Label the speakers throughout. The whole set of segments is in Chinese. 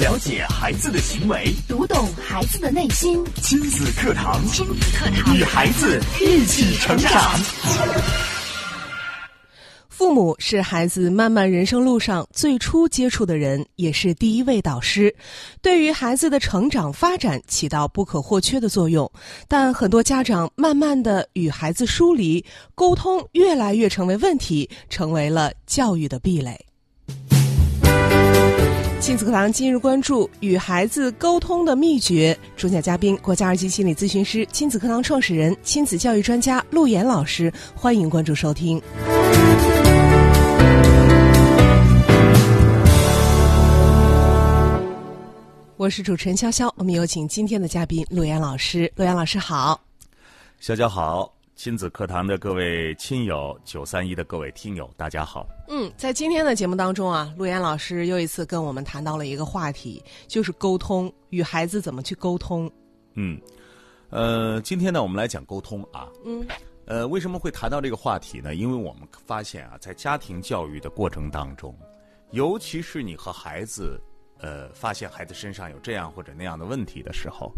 Speaker 1: 了解孩子的行为，
Speaker 2: 读懂孩子的内心，
Speaker 1: 亲子课堂，
Speaker 2: 亲子课堂
Speaker 1: 与孩子一起成长。
Speaker 3: 父母是孩子漫漫人生路上最初接触的人，也是第一位导师，对于孩子的成长发展起到不可或缺的作用。但很多家长慢慢的与孩子疏离，沟通越来越成为问题，成为了教育的壁垒。亲子课堂今日关注与孩子沟通的秘诀，主讲嘉宾国家二级心理咨询师、亲子课堂创始人、亲子教育专家陆岩老师，欢迎关注收听。我是主持人潇潇，我们有请今天的嘉宾陆岩老师。陆岩老师好，
Speaker 1: 小家好，亲子课堂的各位亲友，九三一的各位听友，大家好。
Speaker 3: 嗯，在今天的节目当中啊，陆岩老师又一次跟我们谈到了一个话题，就是沟通，与孩子怎么去沟通。
Speaker 1: 嗯，呃，今天呢，我们来讲沟通啊。
Speaker 3: 嗯。
Speaker 1: 呃，为什么会谈到这个话题呢？因为我们发现啊，在家庭教育的过程当中，尤其是你和孩子，呃，发现孩子身上有这样或者那样的问题的时候，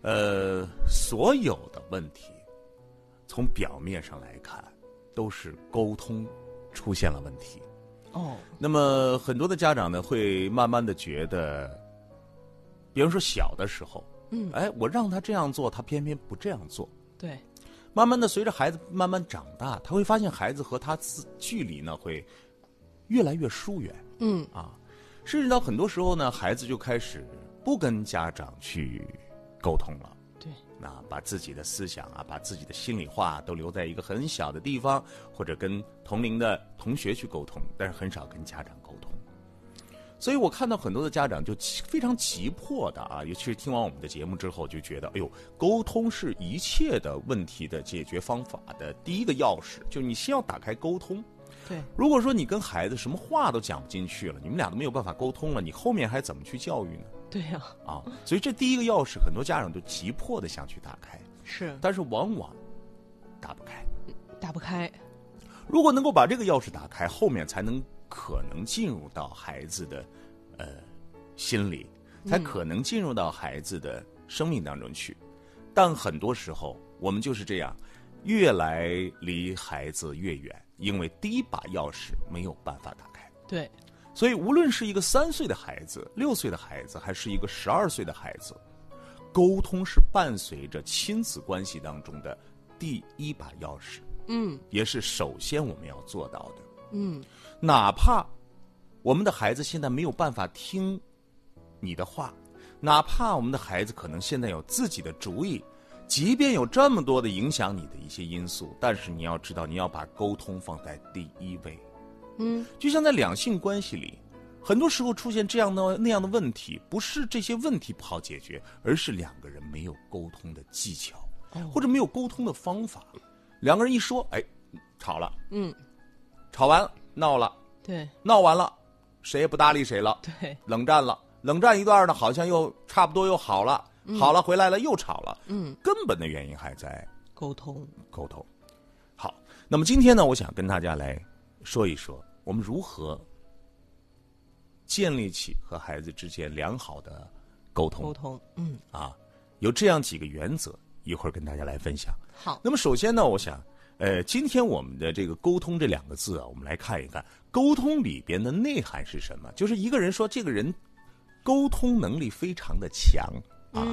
Speaker 1: 呃，所有的问题，从表面上来看，都是沟通出现了问题。
Speaker 3: 哦，
Speaker 1: 那么很多的家长呢，会慢慢的觉得，比如说小的时候，
Speaker 3: 嗯
Speaker 1: 哎，我让他这样做，他偏偏不这样做。
Speaker 3: 对，
Speaker 1: 慢慢的，随着孩子慢慢长大，他会发现孩子和他自距离呢会越来越疏远，
Speaker 3: 嗯
Speaker 1: 啊，甚至到很多时候呢，孩子就开始不跟家长去沟通了。
Speaker 3: 对，
Speaker 1: 那把自己的思想啊，把自己的心里话都留在一个很小的地方，或者跟同龄的同学去沟通，但是很少跟家长沟通。所以我看到很多的家长就急非常急迫的啊，尤其是听完我们的节目之后，就觉得，哎呦，沟通是一切的问题的解决方法的第一个钥匙，就是你先要打开沟通。
Speaker 3: 对，
Speaker 1: 如果说你跟孩子什么话都讲不进去了，你们俩都没有办法沟通了，你后面还怎么去教育呢？
Speaker 3: 对呀、
Speaker 1: 啊，所以这第一个钥匙，很多家长都急迫的想去打开，
Speaker 3: 是
Speaker 1: 但是往往打不开。
Speaker 3: 打不开。
Speaker 1: 如果能够把这个钥匙打开，后面才能可能进入到孩子的呃心里，才可能进入到孩子的生命当中去。但很多时候我们就是这样，越来离孩子越远，因为第一把钥匙没有办法打开。
Speaker 3: 对，
Speaker 1: 所以，无论是一个三岁的孩子、六岁的孩子，还是一个十二岁的孩子，沟通是伴随着亲子关系当中的第一把钥匙，
Speaker 3: 嗯
Speaker 1: 也是首先我们要做到的。
Speaker 3: 嗯，
Speaker 1: 哪怕我们的孩子现在没有办法听你的话，哪怕我们的孩子可能现在有自己的主意，即便有这么多的影响你的一些因素，但是你要知道，你要把沟通放在第一位。
Speaker 3: 嗯，
Speaker 1: 就像在两性关系里，很多时候出现这样的那样的问题，不是这些问题不好解决，而是两个人没有沟通的技巧，
Speaker 3: 哦
Speaker 1: 或者没有沟通的方法。两个人一说，哎，吵了，
Speaker 3: 嗯，
Speaker 1: 吵完了闹了，
Speaker 3: 对
Speaker 1: 闹完了，谁也不搭理谁了，
Speaker 3: 对，
Speaker 1: 冷战了，冷战一段呢，好像又差不多又好了，好了回来了又吵了，
Speaker 3: 嗯，
Speaker 1: 根本的原因还在
Speaker 3: 沟通。
Speaker 1: 沟通。好，那么今天呢，我想跟大家来说一说，我们如何建立起和孩子之间良好的沟通
Speaker 3: 沟通，嗯，
Speaker 1: 啊，有这样几个原则，一会儿跟大家来分享。
Speaker 3: 好，
Speaker 1: 那么首先呢，我想，呃，今天我们的这个“沟通”这两个字啊，我们来看一看沟通里边的内涵是什么。就是一个人说这个人沟通能力非常的强啊，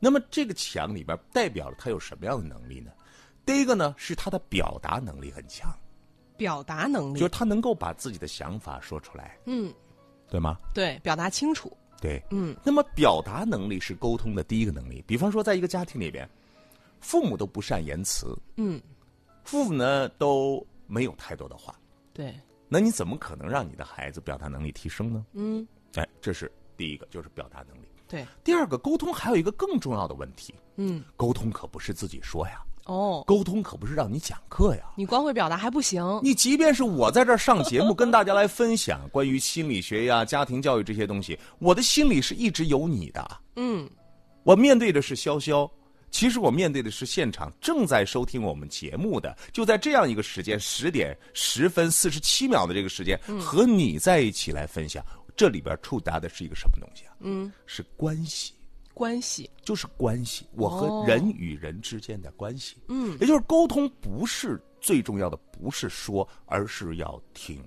Speaker 1: 那么这个强里边代表了他有什么样的能力呢？第一个呢是他的表达能力很强，
Speaker 3: 表达能
Speaker 1: 就
Speaker 3: 力
Speaker 1: 是，他能够把自己的想法说出来，
Speaker 3: 嗯，
Speaker 1: 对吗？
Speaker 3: 对，表达清楚，
Speaker 1: 对，
Speaker 3: 嗯，
Speaker 1: 那么表达能力是沟通的第一个能力。比方说，在一个家庭里边，父母都不善言辞，
Speaker 3: 嗯，
Speaker 1: 父母呢都没有太多的话，
Speaker 3: 对，
Speaker 1: 那你怎么可能让你的孩子表达能力提升呢？
Speaker 3: 嗯，
Speaker 1: 哎，这是第一个，就是表达能力。
Speaker 3: 对，
Speaker 1: 第二个，沟通还有一个更重要的问题，
Speaker 3: 嗯，
Speaker 1: 沟通可不是自己说呀，
Speaker 3: 哦，
Speaker 1: 沟通可不是让你讲课呀。
Speaker 3: 你光会表达还不行，
Speaker 1: 你即便是我在这儿上节目，跟大家来分享关于心理学呀、家庭教育这些东西，我的心里是一直有你的。
Speaker 3: 嗯，
Speaker 1: 我面对的是潇潇，其实我面对的是现场正在收听我们节目的，就在这样一个嗯时间十点十分四十七秒的这个时间，和你在一起来分享，这里边触达的是一个什么东西啊？嗯，是关系。
Speaker 3: 关系，
Speaker 1: 就是关系，我
Speaker 3: 哦
Speaker 1: 和人与人之间的关系。嗯，也就是沟通不是最重要的，不是说，而是要听。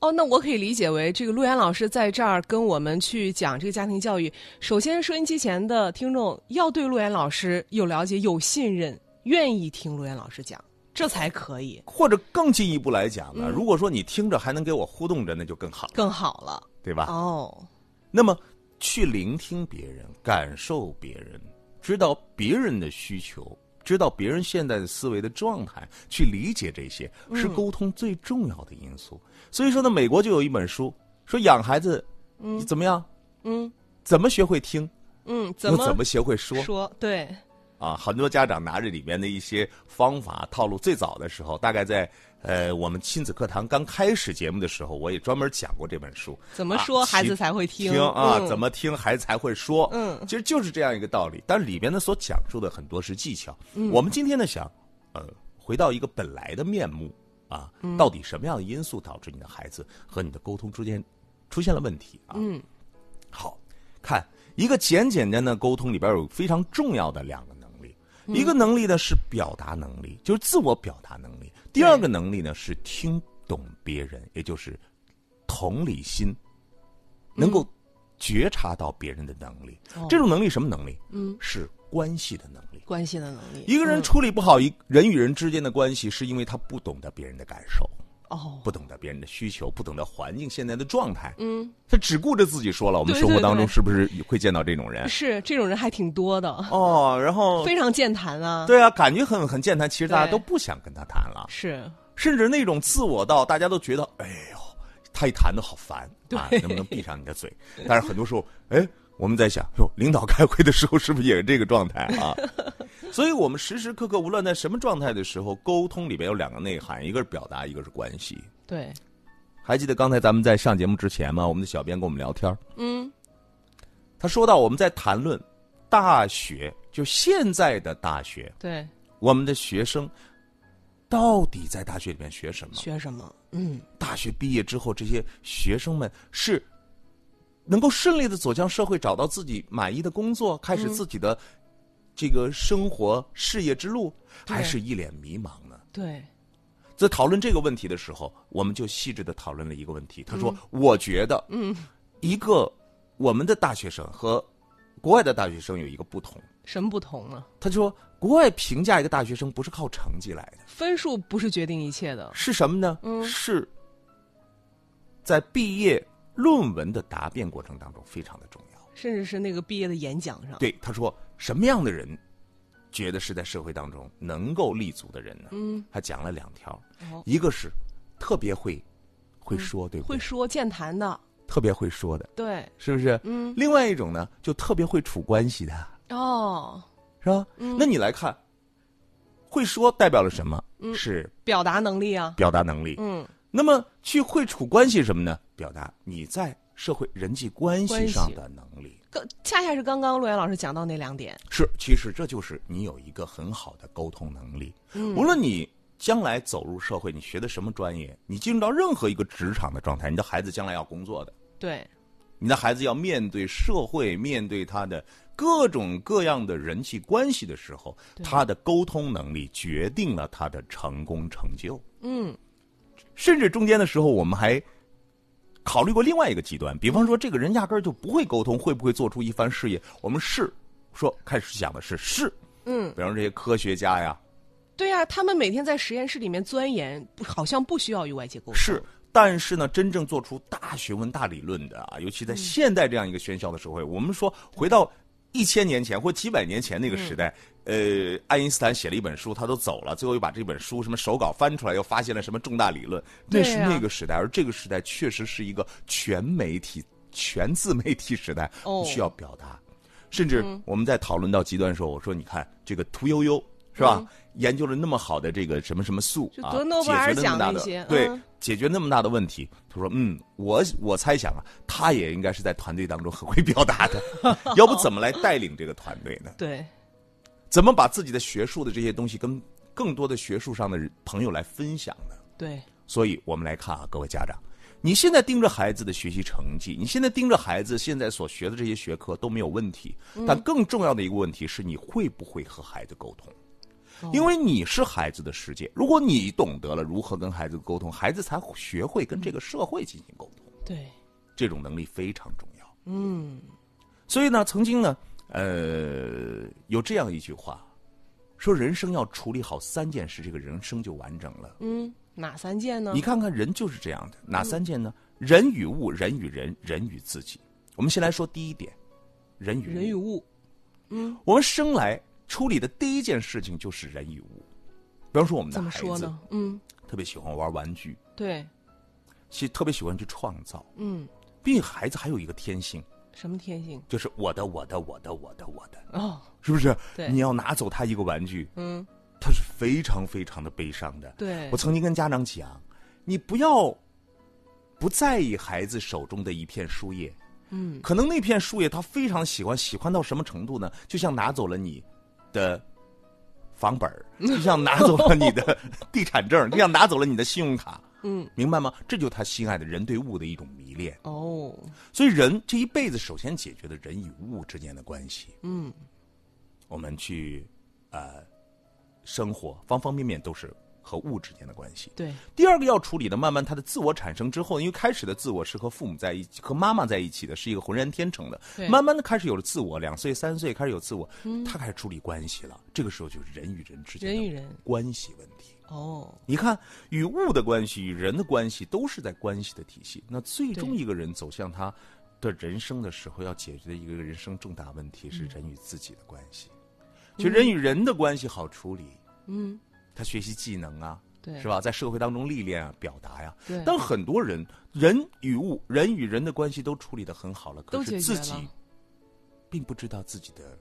Speaker 3: 哦，那我可以理解为这个陆岩老师在这儿跟我们去讲这个家庭教育。首先，收音机前的听众要对陆岩老师有了解、有信任，愿意听陆岩老师讲，这才可以
Speaker 1: 或者更进一步来讲呢，如果说你听着还能给我互动着，那就更好，
Speaker 3: 更好了。
Speaker 1: 对吧？
Speaker 3: 哦，
Speaker 1: 那么，去聆听别人，感受别人，知道别人的需求，知道别人现在的思维的状态，去理解这些，是沟通最重要的因素。
Speaker 3: 嗯
Speaker 1: 所以说呢，美国就有一本书说养孩子，嗯，怎么样？
Speaker 3: 嗯，
Speaker 1: 怎么学会听？
Speaker 3: 嗯，怎
Speaker 1: 又
Speaker 3: 么
Speaker 1: 怎么学会说？
Speaker 3: 说？对，
Speaker 1: 啊，很多家长拿着里面的一些方法套路，最早的时候，大概在呃我们亲子课堂刚开始节目的时候，我也专门讲过这本书。
Speaker 3: 怎么说
Speaker 1: 啊
Speaker 3: 孩子
Speaker 1: 其
Speaker 3: 才会听
Speaker 1: 听啊？
Speaker 3: 嗯
Speaker 1: 怎么听孩子才会说？
Speaker 3: 嗯
Speaker 1: 其实就是这样一个道理。但里边呢所讲述的很多是技巧。我们今天呢想，呃，回到一个本来的面目啊，到底什么样的因素导致你的孩子和你的沟通之间出现了问题啊？嗯，好，看一个简简单单的沟通里边有非常重要的两个能力，一个能力呢是表达能力，就是自我表达能力；第二个能力呢是听懂别人，也就是同理心，
Speaker 3: 嗯
Speaker 1: 能够觉察到别人的能力。
Speaker 3: 哦
Speaker 1: 这种能力什么能力？嗯，是关系的能力。
Speaker 3: 关系的能力。
Speaker 1: 一个人处理不好一人与人之间的关系，是因为他不懂得别人的感受。
Speaker 3: 哦，
Speaker 1: 不懂得别人的需求，不懂得环境现在的状态，
Speaker 3: 嗯，
Speaker 1: 他只顾着自己说了。我们
Speaker 3: 对
Speaker 1: 生活
Speaker 3: 对
Speaker 1: 当中
Speaker 3: 对
Speaker 1: 是不是会见到这种人？
Speaker 3: 是这种人还挺多的，
Speaker 1: 哦，然后
Speaker 3: 非常健谈啊。，
Speaker 1: 对啊，感觉很很健谈，其实大家
Speaker 3: 对
Speaker 1: 都不想跟他谈了，
Speaker 3: 是
Speaker 1: 甚至那种自我到大家都觉得，哎呦，他一谈的好烦啊，能不能闭上你的嘴？但是很多时候，哎，我们在想，哟，领导开会的时候是不是也是这个状态啊？所以，我们时时刻刻，无论在什么状态的时候，沟通里边有两个内涵，一个是表达，一个是关系。
Speaker 3: 对，
Speaker 1: 还记得刚才咱们在上节目之前吗？我们的小编跟我们聊天儿，
Speaker 3: 嗯，
Speaker 1: 他说到我们在谈论大学，就现在的大学，
Speaker 3: 对，
Speaker 1: 我们的学生到底在大学里面学什么？
Speaker 3: 学什么？嗯，
Speaker 1: 大学毕业之后，这些学生们是能够顺利的走向社会，找到自己满意的工作，开始自己的这个生活事业之路，
Speaker 3: 对
Speaker 1: 还是一脸迷茫呢？
Speaker 3: 对，
Speaker 1: 在讨论这个问题的时候，我们就细致的讨论了一个问题。他说：“我觉得，嗯，一个我们的大学生和国外的大学生有一个不同。
Speaker 3: 什么不同呢？
Speaker 1: 他说，国外评价一个大学生不是靠成绩来的。”
Speaker 3: 分数不是决定一切的。
Speaker 1: 是什么呢？
Speaker 3: 嗯
Speaker 1: 是在毕业论文的答辩过程当中非常的重要。
Speaker 3: 甚至是那个毕业的演讲上，
Speaker 1: 对，他说什么样的人觉得是在社会当中能够立足的人呢？
Speaker 3: 嗯，
Speaker 1: 他讲了两条，
Speaker 3: 哦嗯
Speaker 1: 一个是特别会会说，对不
Speaker 3: 会
Speaker 1: 对？
Speaker 3: 说健谈的，
Speaker 1: 特别会说的，
Speaker 3: 对，
Speaker 1: 是不是？
Speaker 3: 嗯，
Speaker 1: 另外一种呢，就特别会处关系的，
Speaker 3: 哦，
Speaker 1: 是吧？那你来看，会说代表了什么？
Speaker 3: 嗯
Speaker 1: 是
Speaker 3: 表达能力啊，
Speaker 1: 表达能力。
Speaker 3: 嗯，
Speaker 1: 那么去会处关系什么呢？表达你在社会人际关系上的能力。
Speaker 3: 刚恰恰是刚刚陆岩老师讲到那两点，
Speaker 1: 是，其实这就是你有一个很好的沟通能力。无论你将来走入社会，你学的什么专业，你进入到任何一个职场的状态，你的孩子将来要工作的，
Speaker 3: 对，
Speaker 1: 你的孩子要面对社会，面对他的各种各样的人际关系的时候，他的沟通能力决定了他的成功成就。
Speaker 3: 嗯，
Speaker 1: 甚至中间的时候，我们还考虑过另外一个极端，比方说这个人压根儿就不会沟通，会不会做出一番事业？我们是说开始想的是是，
Speaker 3: 嗯，
Speaker 1: 比方说这些科学家呀，
Speaker 3: 对呀、他们每天在实验室里面钻研，不好像不需要与外界沟通，
Speaker 1: 是，但是呢，真正做出大学问、大理论的啊，尤其
Speaker 3: 嗯
Speaker 1: 在现代这样一个喧嚣的社会，我们说回到一千年前或几百年前那个时代，呃，爱因斯坦写了一本书，他都走了，最后又把这本书什么手稿翻出来，又发现了什么重大理论，那
Speaker 3: 对
Speaker 1: 是
Speaker 3: 啊
Speaker 1: 那个时代，而这个时代确实是一个全媒体、全自媒体时代，
Speaker 3: 哦
Speaker 1: 需要表达。甚至
Speaker 3: 嗯
Speaker 1: 我们在讨论到极端的时候，我说你看这个屠呦呦是吧？研究了那么好的这个什么什么素
Speaker 3: 就
Speaker 1: 啊，
Speaker 3: 得诺贝尔
Speaker 1: 解决了那么大
Speaker 3: 奖那
Speaker 1: 的
Speaker 3: 些
Speaker 1: 对
Speaker 3: 嗯，
Speaker 1: 解决那么大的问题。他说：“嗯，我我猜想啊，他也应该是在团队当中很会表达 的，要不怎么来带领这个团队呢？
Speaker 3: 对，
Speaker 1: 怎么把自己的学术的这些东西跟更多的学术上的人朋友来分享呢？
Speaker 3: 对，
Speaker 1: 所以我们来看啊，各位家长，你现在盯着孩子的学习成绩，你现在盯着孩子现在所学的这些学科都没有问题，但更重要的一个问题是，你会不会和孩子沟通？因为你是孩子的世界，如果你懂得了如何跟孩子沟通，孩子才学会跟这个社会进行沟通。
Speaker 3: 对，
Speaker 1: 这种能力非常重要。嗯，所以呢，曾经呢，呃，有这样一句话，说人生要处理好三件事，这个人生就完整了。
Speaker 3: 嗯，哪三件呢
Speaker 1: 你？看看人就是这样的，哪三件呢？人与物，人与人，人与自己。我们先来说第一点，人与
Speaker 3: 人与物，
Speaker 1: 我们生来处理的第一件事情就是人与物。比方说我们的
Speaker 3: 怎么
Speaker 1: 孩
Speaker 3: 说
Speaker 1: 子
Speaker 3: 呢？嗯，
Speaker 1: 特别喜欢玩玩具，
Speaker 3: 对，
Speaker 1: 其实特别喜欢去创造。
Speaker 3: 嗯，
Speaker 1: 毕竟孩子还有一个天性，
Speaker 3: 什么天性？
Speaker 1: 就是我的，我的，我的，我的，我的。
Speaker 3: 哦，
Speaker 1: 是不是？
Speaker 3: 对
Speaker 1: 你要拿走他一个玩具，
Speaker 3: 嗯，
Speaker 1: 他是非常非常的悲伤的。
Speaker 3: 对
Speaker 1: 我曾经跟家长讲，你不要不在意孩子手中的一片树叶，嗯，可能那片树叶他非常喜欢，喜欢到什么程度呢？就像拿走了你的。房本 儿，就像拿走了你的 地产证，就像拿走了你的信用卡，
Speaker 3: 嗯，
Speaker 1: 明白吗？这就是他心爱的人对物的一种迷恋。
Speaker 3: 哦，
Speaker 1: 所以人这一辈子首先解决的人与物之间的关系。嗯，我们去呃生活方方面面都是和物之间的关系。
Speaker 3: 对，
Speaker 1: 第二个要处理的，慢慢他的自我产生之后，因为开始的自我是和父母在一起、和妈妈在一起的，是一个浑然天成的
Speaker 3: 对。嗯
Speaker 1: 慢慢的开始有了自我，两岁、三岁开始有自我，他开始处理关系了。这个时候就是人与人之间
Speaker 3: 人与
Speaker 1: 的
Speaker 3: 人，
Speaker 1: 关系问题。
Speaker 3: 哦，
Speaker 1: 你看，与物的关系、与人的关系，都是在关系的体系。那最终一个人走向他的人生的时候，要解决的一个人生重大问题
Speaker 3: 嗯
Speaker 1: 是人与自己的关系。其实人与人的关系好处理，
Speaker 3: 嗯，
Speaker 1: 他学习技能啊，
Speaker 3: 对，
Speaker 1: 是？吧？在社会当中历练啊，表达呀、
Speaker 3: 对
Speaker 1: 但很多人，人与物、人与人的关系都处理的很好了，可
Speaker 3: 都
Speaker 1: 是
Speaker 3: 解
Speaker 1: 自
Speaker 3: 决
Speaker 1: 己
Speaker 3: 了，
Speaker 1: 并不知道自己的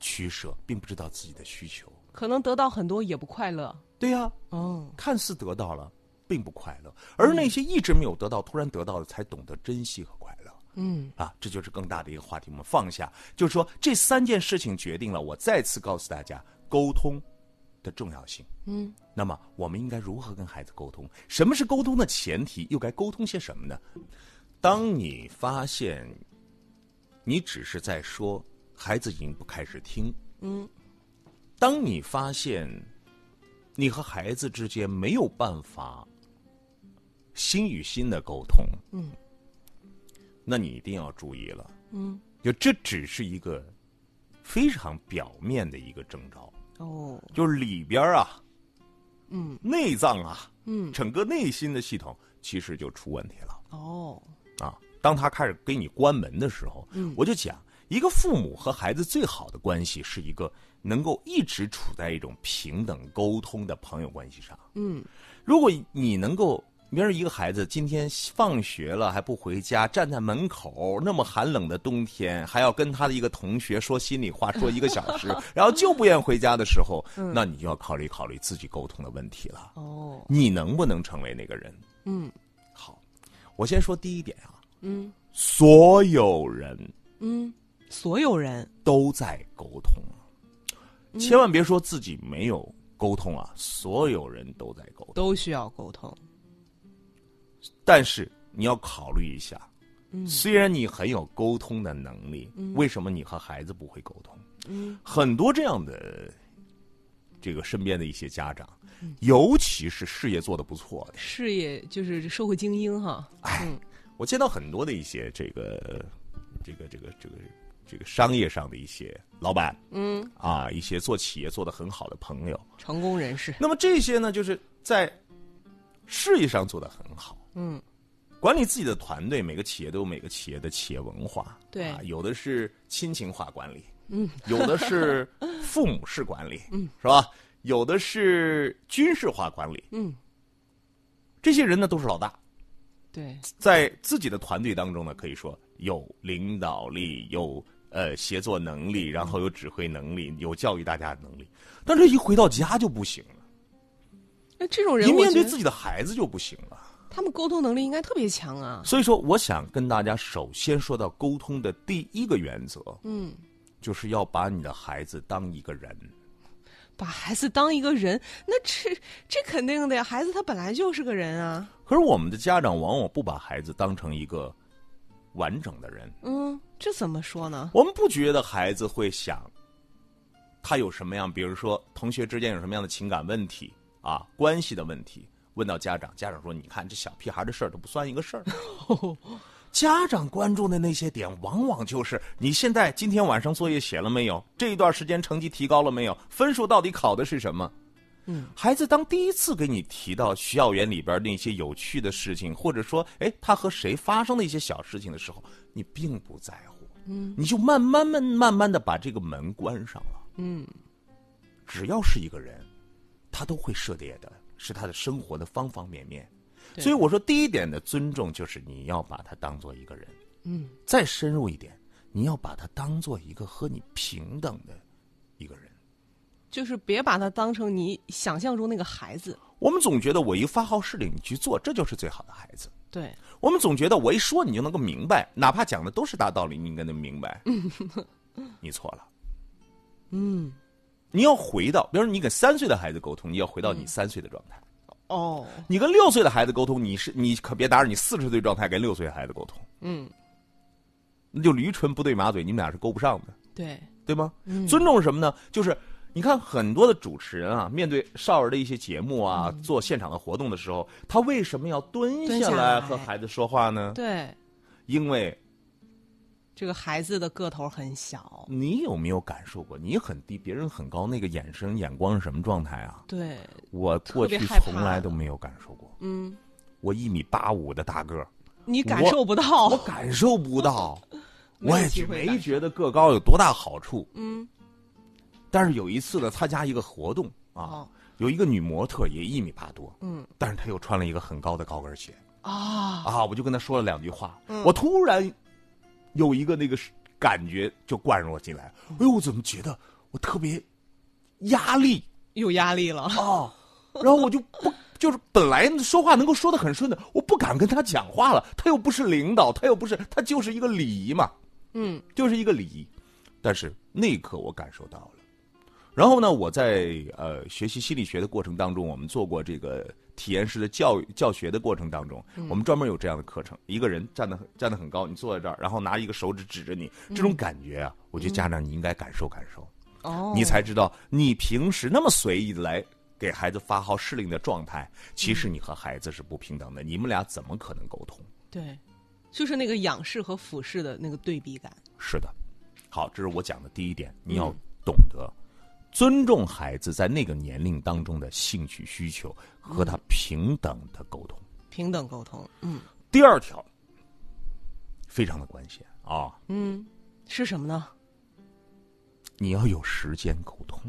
Speaker 1: 取舍，并不知道自己的需求。
Speaker 3: 可能得到很多也不快乐。
Speaker 1: 对呀、
Speaker 3: 哦，
Speaker 1: 看似得到了，并不快乐；而那些一直没有得到，突然得到的，才懂得珍惜和快乐。
Speaker 3: 嗯，
Speaker 1: 啊，这就是更大的一个话题，我们放下，就是说这三件事情决定了我再次告诉大家沟通的重要性。
Speaker 3: 嗯，
Speaker 1: 那么我们应该如何跟孩子沟通？什么是沟通的前提？又该沟通些什么呢？当你发现你只是在说，孩子已经不开始听，
Speaker 3: 嗯，
Speaker 1: 当你发现你和孩子之间没有办法心与心的沟通，嗯，那你一定要注意了，嗯，就这只是一个非常表面的一个征兆，
Speaker 3: 哦，
Speaker 1: 就是里边儿啊，嗯，内脏啊，嗯，整个内心的系统其实就出问题了。
Speaker 3: 哦，
Speaker 1: 啊，当他开始给你关门的时候，我就讲，一个父母和孩子最好的关系是一个能够一直处在一种平等沟通的朋友关系上。
Speaker 3: 嗯，
Speaker 1: 如果你能够。明儿一个孩子今天放学了还不回家，站在门口那么寒冷的冬天，还要跟他的一个同学说心里话，说一个小时，然后就不愿回家的时候，那你就要考虑考虑自己沟通的问题了。
Speaker 3: 哦，
Speaker 1: 你能不能成为那个人？
Speaker 3: 嗯，
Speaker 1: 好，我先说第一点啊，
Speaker 3: 嗯，
Speaker 1: 所有人
Speaker 3: 嗯，所有人，
Speaker 1: 都在沟通，啊
Speaker 3: 嗯
Speaker 1: 千万别说自己没有沟通啊，所有人都在沟通，
Speaker 3: 都需要沟通。
Speaker 1: 但是你要考虑一下。
Speaker 3: 嗯
Speaker 1: 虽然你很有沟通的能力，为什么你和孩子不会沟通？
Speaker 3: 嗯
Speaker 1: 很多这样的，这个身边的一些家长，
Speaker 3: 嗯
Speaker 1: 尤其是事业做得不错的，
Speaker 3: 事业就是社会精英哈，
Speaker 1: 我见到很多的一些这个这个这个这个这个商业上的一些老板，嗯啊，一些做企业做得很好的朋友，
Speaker 3: 成功人士，
Speaker 1: 那么这些呢，就是在事业上做得很好，
Speaker 3: 嗯，
Speaker 1: 管理自己的团队，每个企业都有每个企业的企业文化，
Speaker 3: 对
Speaker 1: 啊，有的是亲情化管理，嗯，有的是父母式管理，嗯，是吧？有的是军事化管理，
Speaker 3: 嗯，
Speaker 1: 这些人呢都是老大，
Speaker 3: 对，
Speaker 1: 在自己的团队当中呢，可以说有领导力，有呃协作能力，然后有指挥能力，有教育大家的能力。但这一回到家就不行了，
Speaker 3: 那这种人
Speaker 1: 一，面对
Speaker 3: 己，
Speaker 1: 自己的孩子就不行了。
Speaker 3: 他们沟通能力应该特别强啊。
Speaker 1: 所以说，我想跟大家首先说到沟通的第一个原则，
Speaker 3: 嗯，
Speaker 1: 就是要把你的孩子当一个人。
Speaker 3: 把孩子当一个人，那这这肯定的呀，孩子他本来就是个人啊。
Speaker 1: 可是我们的家长往往不把孩子当成一个完整的人，
Speaker 3: 嗯，这怎么说呢？
Speaker 1: 我们不觉得孩子会想他有什么样，比如说同学之间有什么样的情感问题啊，关系的问题，问到家长，家长说：“你看这小屁孩的事儿都不算一个事儿。”家长关注的那些点，往往就是你现在今天晚上作业写了没有，这一段时间成绩提高了没有，分数到底考的是什么。
Speaker 3: 嗯，
Speaker 1: 孩子当第一次给你提到校园里边那些有趣的事情，或者说，哎，他和谁发生的一些小事情的时候，你并不在乎，嗯，你就慢慢慢慢慢的把这个门关上了，嗯，只要是一个人，他都会涉猎的，是他的生活的方方面面，
Speaker 3: 对
Speaker 1: 所以我说第一点的尊重就是你要把他当做一个人，
Speaker 3: 嗯，
Speaker 1: 再深入一点，你要把他当做一个和你平等的一个人。
Speaker 3: 就是别把他当成你想象中那个孩子。
Speaker 1: 我们总觉得我一发号施令你去做，这就是最好的孩子。
Speaker 3: 对，
Speaker 1: 我们总觉得我一说你就能够明白，哪怕讲的都是大道理，你应该能明 白。你错了。
Speaker 3: 嗯，
Speaker 1: 你要回到，比如说你跟三岁的孩子沟通，你要回到
Speaker 3: 嗯
Speaker 1: 你三岁的状态；
Speaker 3: 哦，
Speaker 1: 你跟六岁的孩子沟通，你是你可别打扰你四十岁状态跟六岁的孩子沟通，
Speaker 3: 嗯，
Speaker 1: 那就驴唇不对马嘴，你们俩是够不上的。
Speaker 3: 对，
Speaker 1: 对吗？
Speaker 3: 嗯
Speaker 1: 尊重是什么呢？就是你看很多的主持人啊，面对少儿的一些节目啊，做现场的活动的时候，他为什么要蹲
Speaker 3: 嗯蹲
Speaker 1: 下
Speaker 3: 下
Speaker 1: 来
Speaker 3: 来
Speaker 1: 和孩子说话呢？
Speaker 3: 对，
Speaker 1: 因为
Speaker 3: 这个孩子的个头很小。
Speaker 1: 你有没有感受过，你很低，别人很高，那个眼神、眼光是什么状态啊？
Speaker 3: 对，
Speaker 1: 我过去
Speaker 3: 特别害怕
Speaker 1: 从来都没有感受过。
Speaker 3: 嗯，
Speaker 1: 我一米八五的大个儿，
Speaker 3: 你感
Speaker 1: 我
Speaker 3: 受不到
Speaker 1: 我。感受不到，
Speaker 3: 哦 没有
Speaker 1: 我也
Speaker 3: 机会感
Speaker 1: 没
Speaker 3: 受
Speaker 1: 觉得个高有多大好处。
Speaker 3: 嗯，
Speaker 1: 但是有一次呢，参加一个活动啊，
Speaker 3: 哦
Speaker 1: 有一个女模特也一米八多，
Speaker 3: 嗯
Speaker 1: 但是她又穿了一个很高的高跟鞋
Speaker 3: 啊，
Speaker 1: 啊，我就跟她说了两句话，我突然有一个那个感觉就灌入我进来，哎呦，我怎么觉得我特别压力
Speaker 3: 有压力了。
Speaker 1: 啊？然后我就不就是本来说话能够说的很顺的，我不敢跟她讲话了，她又不是领导，她又不是，她就是一个礼仪嘛，
Speaker 3: 嗯，
Speaker 1: 就是一个礼仪。但是那一刻我感受到了。然后呢，我在呃学习心理学的过程当中，我们做过这个体验式的教育教学的过程当中，我们专门有这样的课程。一个人站得很站得很高，你坐在这儿，然后拿一个手指指着你，这种感觉啊，我觉得家长你应该感受感受，
Speaker 3: 哦，
Speaker 1: 你才知道你平时那么随意的来。给孩子发号施令的状态，其实你和孩子是不平等的，你们俩怎么可能沟通？
Speaker 3: 对，就是那个仰视和俯视的那个对比感。
Speaker 1: 是的，好，这是我讲的第一点，你要懂得尊重孩子在那个年龄当中的兴趣需求，和他平等的沟通。
Speaker 3: 平等沟通，嗯
Speaker 1: 第二条非常的关键啊，
Speaker 3: 嗯，是什么呢？
Speaker 1: 你要有时间沟通。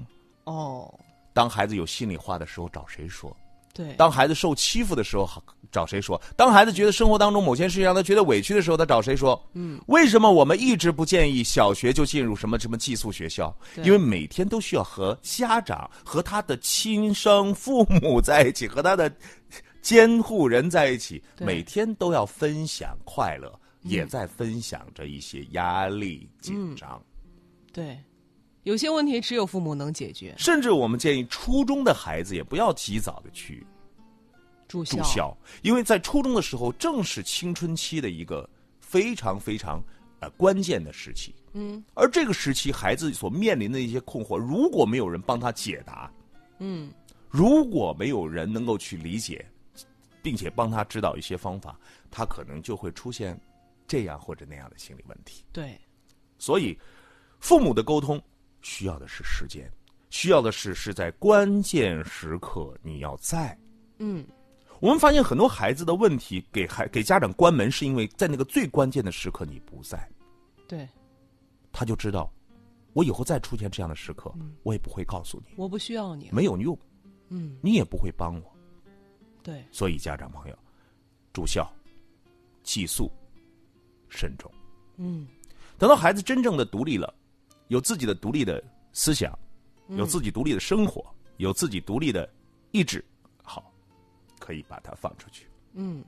Speaker 3: 哦，
Speaker 1: 当孩子有心里话的时候，找谁说？
Speaker 3: 对，
Speaker 1: 当孩子受欺负的时候，找谁说？当孩子觉得生活当中某件事情让他觉得委屈的时候，他找谁说？嗯，为什么我们一直不建议小学就进入什么什么寄宿学校？
Speaker 3: 对
Speaker 1: 因为每天都需要和家长、和他的亲生父母在一起，和他的监护人在一起，
Speaker 3: 对嗯
Speaker 1: 每天都要分享快乐，也在分享着一些压力、紧张。
Speaker 3: 对，有些问题只有父母能解决，
Speaker 1: 甚至我们建议初中的孩子也不要及早的去
Speaker 3: 住校，
Speaker 1: 住校，因为在初中的时候正是青春期的一个非常非常呃关键的时期。嗯，而这个时期孩子所面临的一些困惑，如果没有人帮他解答，
Speaker 3: 嗯，
Speaker 1: 如果没有人能够去理解，并且帮他指导一些方法，他可能就会出现这样或者那样的心理问题。
Speaker 3: 对，
Speaker 1: 所以，父母的沟通需要的是时间，需要的是是在关键时刻你要在。
Speaker 3: 嗯，
Speaker 1: 我们发现很多孩子的问题给孩给家长关门，是因为在那个最关键的时刻你不在，
Speaker 3: 对，
Speaker 1: 他就知道，我以后再出现这样的时刻，我也不会告诉你，
Speaker 3: 我不需要你，
Speaker 1: 没有用，
Speaker 3: 嗯，
Speaker 1: 你也不会帮我。
Speaker 3: 对，
Speaker 1: 所以家长朋友，住校、寄宿，慎重。
Speaker 3: 嗯，
Speaker 1: 等到孩子真正的独立了，有自己的独立的思想，
Speaker 3: 嗯
Speaker 1: 有自己独立的生活，有自己独立的意志，好，可以把他放出去。
Speaker 3: 嗯，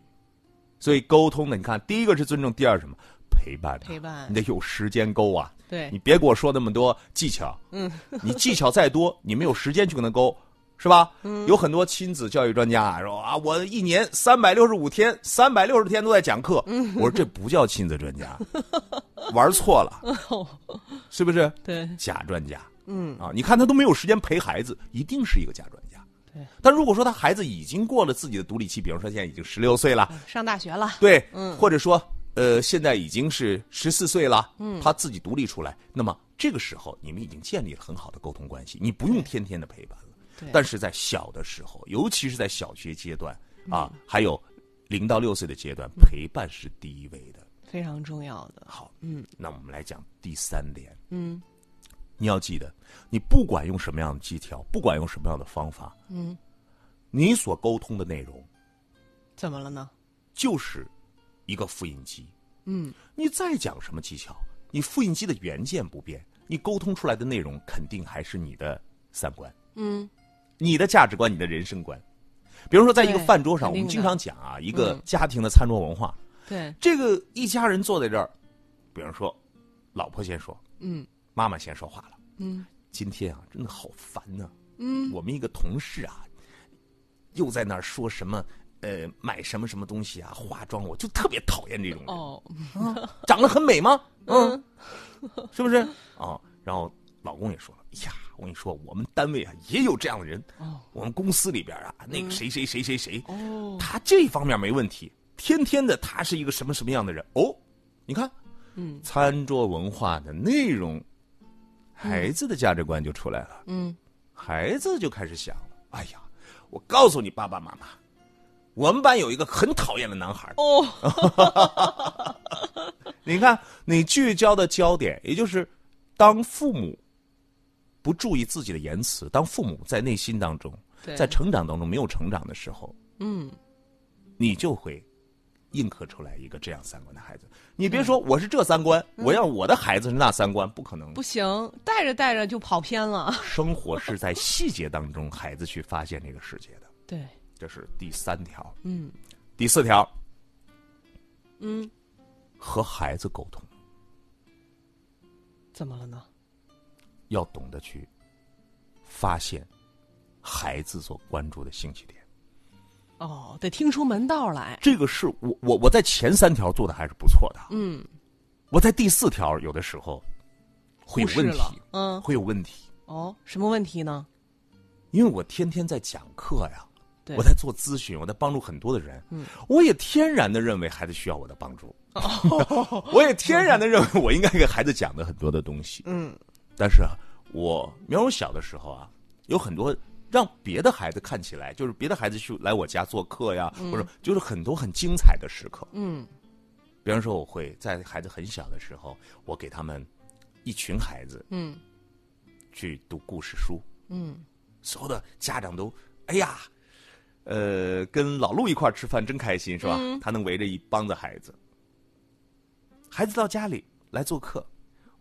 Speaker 1: 所以沟通呢，你看，第一个是尊重，第二是什么？陪伴啊、
Speaker 3: 陪伴
Speaker 1: 你得有时间勾啊。
Speaker 3: 对
Speaker 1: 你，别给我说那么多技巧，
Speaker 3: 嗯，
Speaker 1: 你技巧再多，你没有时间去跟他勾，是吧？
Speaker 3: 嗯
Speaker 1: 有很多亲子教育专家啊说啊，我一年三百六十五天，三百六十天都在讲课。
Speaker 3: 嗯
Speaker 1: 我说这不叫亲子专 家，玩错了，是不是？
Speaker 3: 哦对，
Speaker 1: 假专家。嗯啊，你看他都没有时间陪孩子，一定是一个假专家。
Speaker 3: 对，
Speaker 1: 但如果说他孩子已经过了自己的独立期，比方说现在已经十六岁了，
Speaker 3: 上大学了，
Speaker 1: 对，或者说呃现在已经是十四岁了，
Speaker 3: 嗯
Speaker 1: 他自己独立出来，那么这个时候你们已经建立了很好的沟通关系，你不用天天的陪伴了
Speaker 3: 对。
Speaker 1: 但是在小的时候，尤其是在小学阶段
Speaker 3: 嗯
Speaker 1: 啊，还有零到六岁的阶段，陪伴是第一位的。
Speaker 3: 非常重要的。
Speaker 1: 好，嗯，那我们来讲第三点，
Speaker 3: 嗯，
Speaker 1: 你要记得，你不管用什么样的技巧，不管用什么样的方法，
Speaker 3: 嗯，
Speaker 1: 你所沟通的内容
Speaker 3: 怎么了呢？
Speaker 1: 就是一个复印机。
Speaker 3: 嗯，
Speaker 1: 你再讲什么技巧，你复印机的原件不变，你沟通出来的内容肯定还是你的三观，
Speaker 3: 嗯，
Speaker 1: 你的价值观，你的人生观。比如说，在一个
Speaker 3: 对
Speaker 1: 饭桌上，
Speaker 3: 肯
Speaker 1: 我
Speaker 3: 定
Speaker 1: 们
Speaker 3: 的嗯
Speaker 1: 经常讲啊，一个家庭的餐桌文化。
Speaker 3: 对，
Speaker 1: 这个一家人坐在这儿，比如说，老婆先说，
Speaker 3: 嗯，
Speaker 1: 妈妈先说话了，
Speaker 3: 嗯，
Speaker 1: 今天啊，真的好烦呐、
Speaker 3: 嗯，
Speaker 1: 我们一个同事啊，又在那儿说什么，呃，买什么什么东西啊，化妆，我就特别讨厌这种人。
Speaker 3: 哦，
Speaker 1: 长得很美吗？嗯，是不是？啊，然后老公也说了，哎呀，我跟你说，我们单位啊也有这样的人，
Speaker 3: 哦
Speaker 1: 我们公司里边啊，那个谁谁谁谁谁，
Speaker 3: 哦，
Speaker 1: 他这方面没问题，天天的他是一个什么什么样的人？哦，你看，
Speaker 3: 嗯，
Speaker 1: 餐桌文化的内容，孩子的价值观就出来了，
Speaker 3: 嗯，
Speaker 1: 孩子就开始想了，哎呀，我告诉你爸爸妈妈，我们班有一个很讨厌的男孩，
Speaker 3: 哦，
Speaker 1: 你看，你聚焦的焦点，也就是当父母不注意自己的言辞，当父母在内心当中，
Speaker 3: 对
Speaker 1: 在成长当中没有成长的时候，
Speaker 3: 嗯，
Speaker 1: 你就会硬刻出来一个这样三观的孩子。你别说我是这三观，我要我的孩子是那三观，不可能
Speaker 3: 嗯不。行，带着带着就跑偏了。
Speaker 1: 生活是在细节当中，孩子去发现这个世界的。
Speaker 3: 对，
Speaker 1: 这是第三条，
Speaker 3: 嗯
Speaker 1: 第四条，
Speaker 3: 嗯，
Speaker 1: 和孩子沟通
Speaker 3: 怎么了呢？
Speaker 1: 要懂得去发现孩子所关注的兴趣点。
Speaker 3: 哦，得听出门道来。
Speaker 1: 这个是我我我在前三条做的还是不错的，
Speaker 3: 嗯，
Speaker 1: 我在第四条有的时候会有
Speaker 3: 忽视
Speaker 1: 问题
Speaker 3: 了，嗯，
Speaker 1: 会有问题，
Speaker 3: 哦，什么问题呢？
Speaker 1: 因为我天天在讲课呀，
Speaker 3: 对嗯
Speaker 1: 我在做咨询，我在帮助很多的人，我也天然的认为孩子需要我的帮助，
Speaker 3: 哦
Speaker 1: 我也天然的认为我应该给孩子讲的很多的东西，
Speaker 3: 嗯，
Speaker 1: 但是啊，我苗我小的时候啊，有很多让别的孩子看起来，就是别的孩子去来我家做客呀，或者就是很多很精彩的时刻。
Speaker 3: 嗯，
Speaker 1: 比方说，我会在孩子很小的时候，我给他们一群孩子，
Speaker 3: 嗯，
Speaker 1: 去读故事书，
Speaker 3: 嗯，
Speaker 1: 所有的家长都，哎呀，呃，跟老陆一块儿吃饭真开心，是吧？
Speaker 3: 嗯
Speaker 1: 他能围着一帮子孩子，孩子到家里来做客，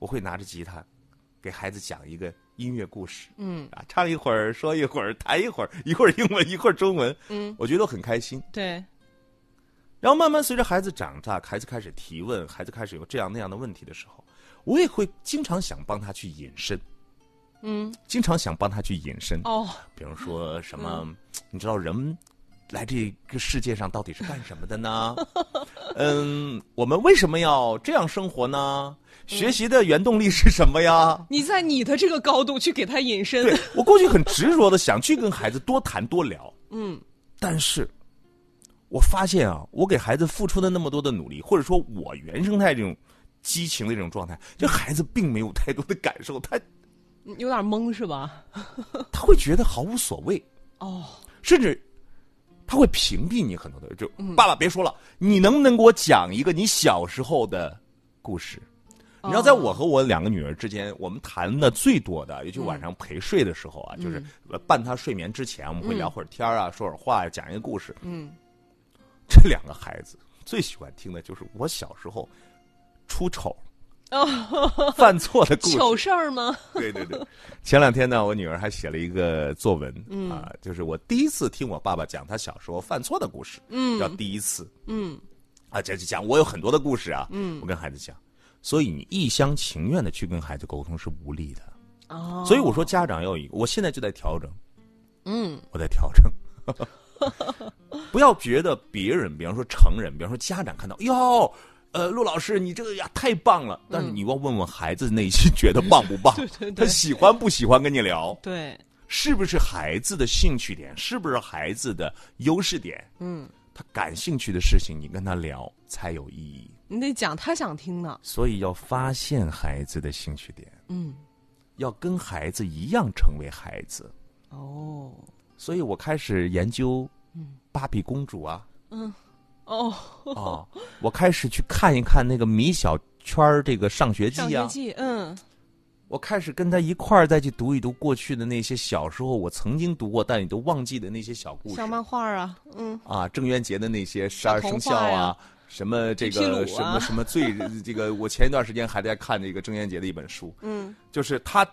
Speaker 1: 我会拿着吉他，给孩子讲一个音乐故事，
Speaker 3: 嗯
Speaker 1: 啊，唱一会儿，说一会儿，弹一会儿，一会儿英文，一会儿中文，
Speaker 3: 嗯，
Speaker 1: 我觉得很开心。
Speaker 3: 对，
Speaker 1: 然后慢慢随着孩子长大，孩子开始提问，孩子开始有这样那样的问题的时候，我也会经常想帮他去引申，
Speaker 3: 嗯，
Speaker 1: 经常想帮他去引申。
Speaker 3: 哦，嗯
Speaker 1: 比如说什么，你知道人来这个世界上到底是干什么的 呢？嗯，我们为什么要这样生活
Speaker 3: 嗯
Speaker 1: 呢？学习的原动力是什么呀？
Speaker 3: 你在你的这个高度去给他引申，
Speaker 1: 对我过去很执着的想去跟孩子多谈多聊，
Speaker 3: 嗯，
Speaker 1: 但是我发现啊，我给孩子付出的那么多的努力，或者说我原生态这种激情的这种状态，这孩子并没有太多的感受，他
Speaker 3: 有点懵是吧？
Speaker 1: 他会觉得毫无所谓，
Speaker 3: 哦，
Speaker 1: 甚至他会屏蔽你很多的。就、
Speaker 3: 嗯
Speaker 1: 爸爸别说了，你能不能给我讲一个你小时候的故事？
Speaker 3: 哦
Speaker 1: 你知道，在我和我两个女儿之间，我们谈的最多的，
Speaker 3: 嗯
Speaker 1: 也就晚上陪睡的时候啊，就是呃伴她睡眠之前，我们会聊会儿天儿啊，说会儿话呀、讲一个故事。
Speaker 3: 嗯，
Speaker 1: 这两个孩子最喜欢听的就是我小时候出丑、
Speaker 3: 哦
Speaker 1: 犯错的故事。
Speaker 3: 糗事儿吗？
Speaker 1: 对对对，前两天呢，我女儿还写了一个作文、啊，就是我第一次听我爸爸讲他小时候犯错的故事，嗯，叫第一次，
Speaker 3: 嗯，
Speaker 1: 啊，这就讲我有很多的故事啊，嗯，我跟孩子讲，所以你一厢情愿的去跟孩子沟通是无力的，
Speaker 3: 哦，
Speaker 1: 所以我说家长要有一个，我现在就在调整，
Speaker 3: 嗯
Speaker 1: 我在调整。 不要觉得别人，比方说成人，比方说家长看到，哟，呃，陆老师，你这个呀太棒了。但是你要问问孩子内心觉得棒不棒，他喜欢不喜欢跟你聊，
Speaker 3: 对，
Speaker 1: 是不是孩子的兴趣点，是不是孩子的优势点？嗯，他感兴趣的事情，你跟他聊才有意义。
Speaker 3: 你得讲他想听的，
Speaker 1: 所以要发现孩子的兴趣点，
Speaker 3: 嗯，
Speaker 1: 要跟孩子一样成为孩子。
Speaker 3: 哦
Speaker 1: 所以我开始研究，
Speaker 3: 嗯
Speaker 1: 芭比公主 啊，
Speaker 3: 哦，
Speaker 1: 啊，我开始去看一看那个米小圈儿这个上学
Speaker 3: 上
Speaker 1: 记
Speaker 3: 学
Speaker 1: 啊，
Speaker 3: 记，嗯
Speaker 1: 我开始跟他一块儿再去读一读过去的那些小时候我曾经读过但你都忘记的那些小故事
Speaker 3: 像漫画啊，嗯
Speaker 1: 啊，郑渊洁的那些十二生肖
Speaker 3: 童话呀
Speaker 1: 啊。什么这
Speaker 3: 皮鲁啊
Speaker 1: 个什么什么最 这个，我前一段时间还在看这个郑渊洁的一本书，
Speaker 3: 嗯
Speaker 1: 就是他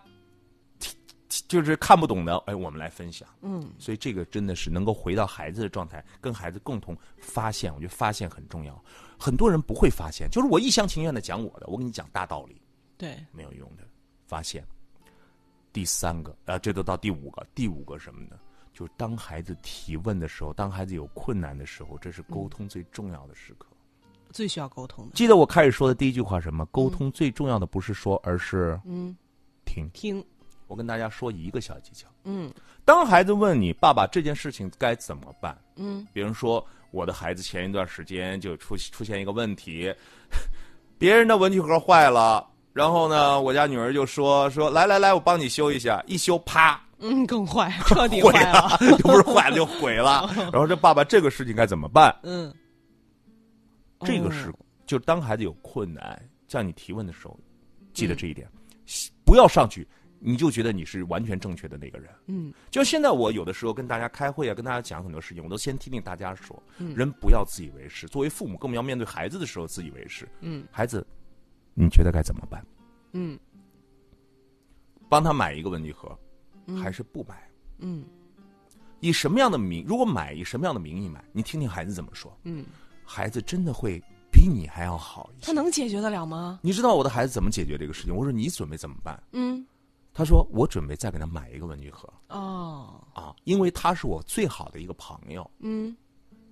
Speaker 1: 就是看不懂的，哎，我们来分享。
Speaker 3: 嗯，
Speaker 1: 所以这个真的是能够回到孩子的状态，跟孩子共同发现，我觉得发现很重要。很多人不会发现，就是我一厢情愿的讲我的，我跟你讲大道理
Speaker 3: 对，
Speaker 1: 没有用的。发现，第三个，啊，这都到第五个，第五个什么呢？就是当孩子提问的时候，当孩子有困难的时候，这是沟通最重要的时刻。
Speaker 3: 嗯最需要沟通的，
Speaker 1: 记得我开始说的第一句话是什么？沟通最重要的不是说，而是
Speaker 3: 嗯，
Speaker 1: 听。
Speaker 3: 听，
Speaker 1: 我跟大家说一个小技巧。
Speaker 3: 嗯
Speaker 1: 当孩子问你爸爸这件事情该怎么办，
Speaker 3: 嗯，
Speaker 1: 比如说我的孩子前一段时间就出出现一个问题， 别人的文具盒坏了，然后呢，我家女儿就说说来来来，我帮你修一下，一修啪
Speaker 3: 嗯，更坏，彻底
Speaker 1: 毁
Speaker 3: 坏了，
Speaker 1: 了，就不是坏了就毁了。然后这爸爸这个事情该怎么办？
Speaker 3: 嗯，
Speaker 1: 这个是
Speaker 3: 哦
Speaker 1: 就当孩子有困难向你提问的时候，记
Speaker 3: 嗯
Speaker 1: 得这一点，不要上去你就觉得你是完全正确的那个人。
Speaker 3: 嗯，
Speaker 1: 就现在我有的时候跟大家开会啊，跟大家讲很多事情，我都先听听大家说，
Speaker 3: 嗯
Speaker 1: 人不要自以为是。作为父母，更不要面对孩子的时候自以为是。
Speaker 3: 嗯，
Speaker 1: 孩子，你觉得该怎么办？
Speaker 3: 嗯
Speaker 1: 帮他买一个文具盒，还是不买？
Speaker 3: 嗯
Speaker 1: 以什么样的名？如果买，以什么样的名义买？你听听孩子怎么说。
Speaker 3: 嗯，
Speaker 1: 孩子真的会比你还要好一些。
Speaker 3: 他能解决得了吗？
Speaker 1: 你知道我的孩子怎么解决这个事情？我说你准备怎么办？
Speaker 3: 嗯，
Speaker 1: 他说我准备再给他买一个文具盒
Speaker 3: 哦，
Speaker 1: 啊，因为他是我最好的一个朋友。
Speaker 3: 嗯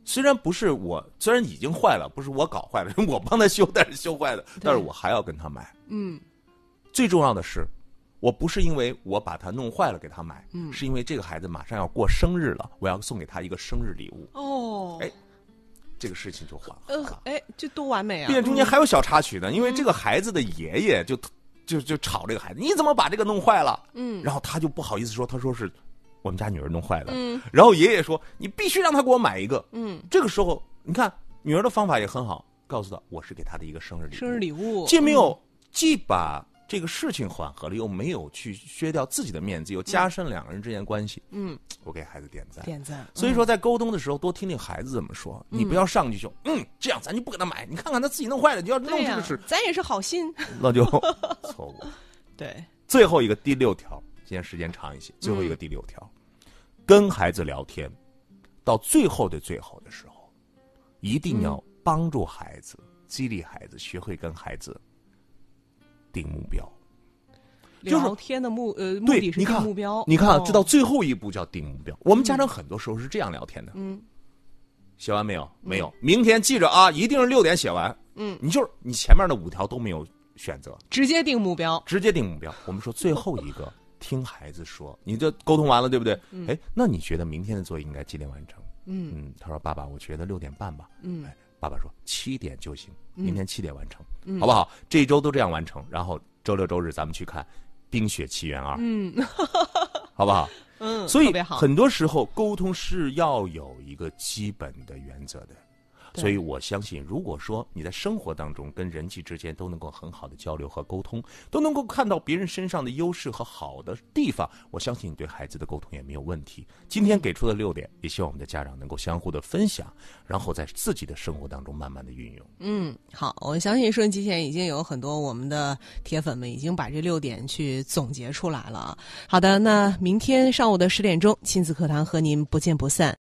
Speaker 1: 虽然不是我，虽然已经坏了，不是我搞坏了， 我帮他修，但是修坏的，但是我还要跟他买。
Speaker 3: 嗯
Speaker 1: 最重要的是，我不是因为我把他弄坏了给他买，
Speaker 3: 嗯
Speaker 1: 是因为这个孩子马上要过生日了，我要送给他一个生日礼物，
Speaker 3: 哦，
Speaker 1: 哎这个事情就缓和
Speaker 3: 呃
Speaker 1: 了，。
Speaker 3: 哎，这多完美啊！
Speaker 1: 并且中间还有小插曲呢，因为这
Speaker 3: 嗯
Speaker 1: 个孩子的爷爷就就就吵这个孩子，你怎么把这个弄坏了？
Speaker 3: 嗯
Speaker 1: 然后他就不好意思说，他说是我们家女儿弄坏的。
Speaker 3: 嗯
Speaker 1: 然后爷爷说，你必须让他给我买一个。
Speaker 3: 嗯，
Speaker 1: 这个时候，你看女儿的方法也很好，告诉她我是给她的一个生日礼物。
Speaker 3: 嗯生日礼物，嗯
Speaker 1: 既没有既把这个事情缓和了，又没有去削掉自己的面子，又加深两个人之间关系。
Speaker 3: 嗯，
Speaker 1: 我给孩子点赞。
Speaker 3: 点赞，
Speaker 1: 所以说，在沟通的时候，多听听孩子怎么说，你不要上去就嗯，这样咱就不给他买。你看看他自己弄坏了，就要弄
Speaker 3: 嗯对
Speaker 1: 这
Speaker 3: 呀
Speaker 1: 个事，，
Speaker 3: 咱也是好心，
Speaker 1: 那就错误。
Speaker 3: 对，
Speaker 1: 最后一个第六条，今天时间长一些。最后一个第六条，
Speaker 3: 嗯
Speaker 1: 跟孩子聊天，到最后的最后的时候，一定要
Speaker 3: 嗯
Speaker 1: 帮助孩子、激励孩子，学会跟孩子定目标。就是
Speaker 3: 聊天的目呃目
Speaker 1: 对
Speaker 3: 的，是
Speaker 1: 你
Speaker 3: 定
Speaker 1: 看
Speaker 3: 目标，
Speaker 1: 你看啊
Speaker 3: 哦，
Speaker 1: 这到最后一步叫定目标。我们家长很多时候是这样聊天的。
Speaker 3: 嗯，
Speaker 1: 写完没有？没有。明天记着啊，一定是六点写完。
Speaker 3: 嗯，
Speaker 1: 你就是你前面的五条都没有选择，
Speaker 3: 直接定目标，
Speaker 1: 直接定目标。我们说最后一个，听孩子说，你这沟通完了，对不对？哎，那你觉得明天的作业应该几点完成？
Speaker 3: 嗯
Speaker 1: 嗯，他说爸爸，我觉得六点半吧。
Speaker 3: 嗯
Speaker 1: 哎，爸爸说七点就行，明天七点完成，
Speaker 3: 嗯
Speaker 1: 好不好？这一周都这样完成，然后周六周日咱们去看《冰雪奇缘二》，
Speaker 3: 嗯
Speaker 1: 好不好？
Speaker 3: 嗯，
Speaker 1: 所以
Speaker 3: 特别好，
Speaker 1: 很多时候沟通是要有一个基本的原则的。
Speaker 3: 对
Speaker 1: 所以我相信，如果说你在生活当中跟人际之间都能够很好的交流和沟通，都能够看到别人身上的优势和好的地方，我相信你对孩子的沟通也没有问题。今天给出的六点，也希望我们的家长能够相互的分享，然后在自己的生活当中慢慢的运用。
Speaker 3: 嗯，好，我相信顺极限已经有很多我们的铁粉们已经把这六点去总结出来了啊。好的，那明天上午的十点钟，亲子课堂和您不见不散。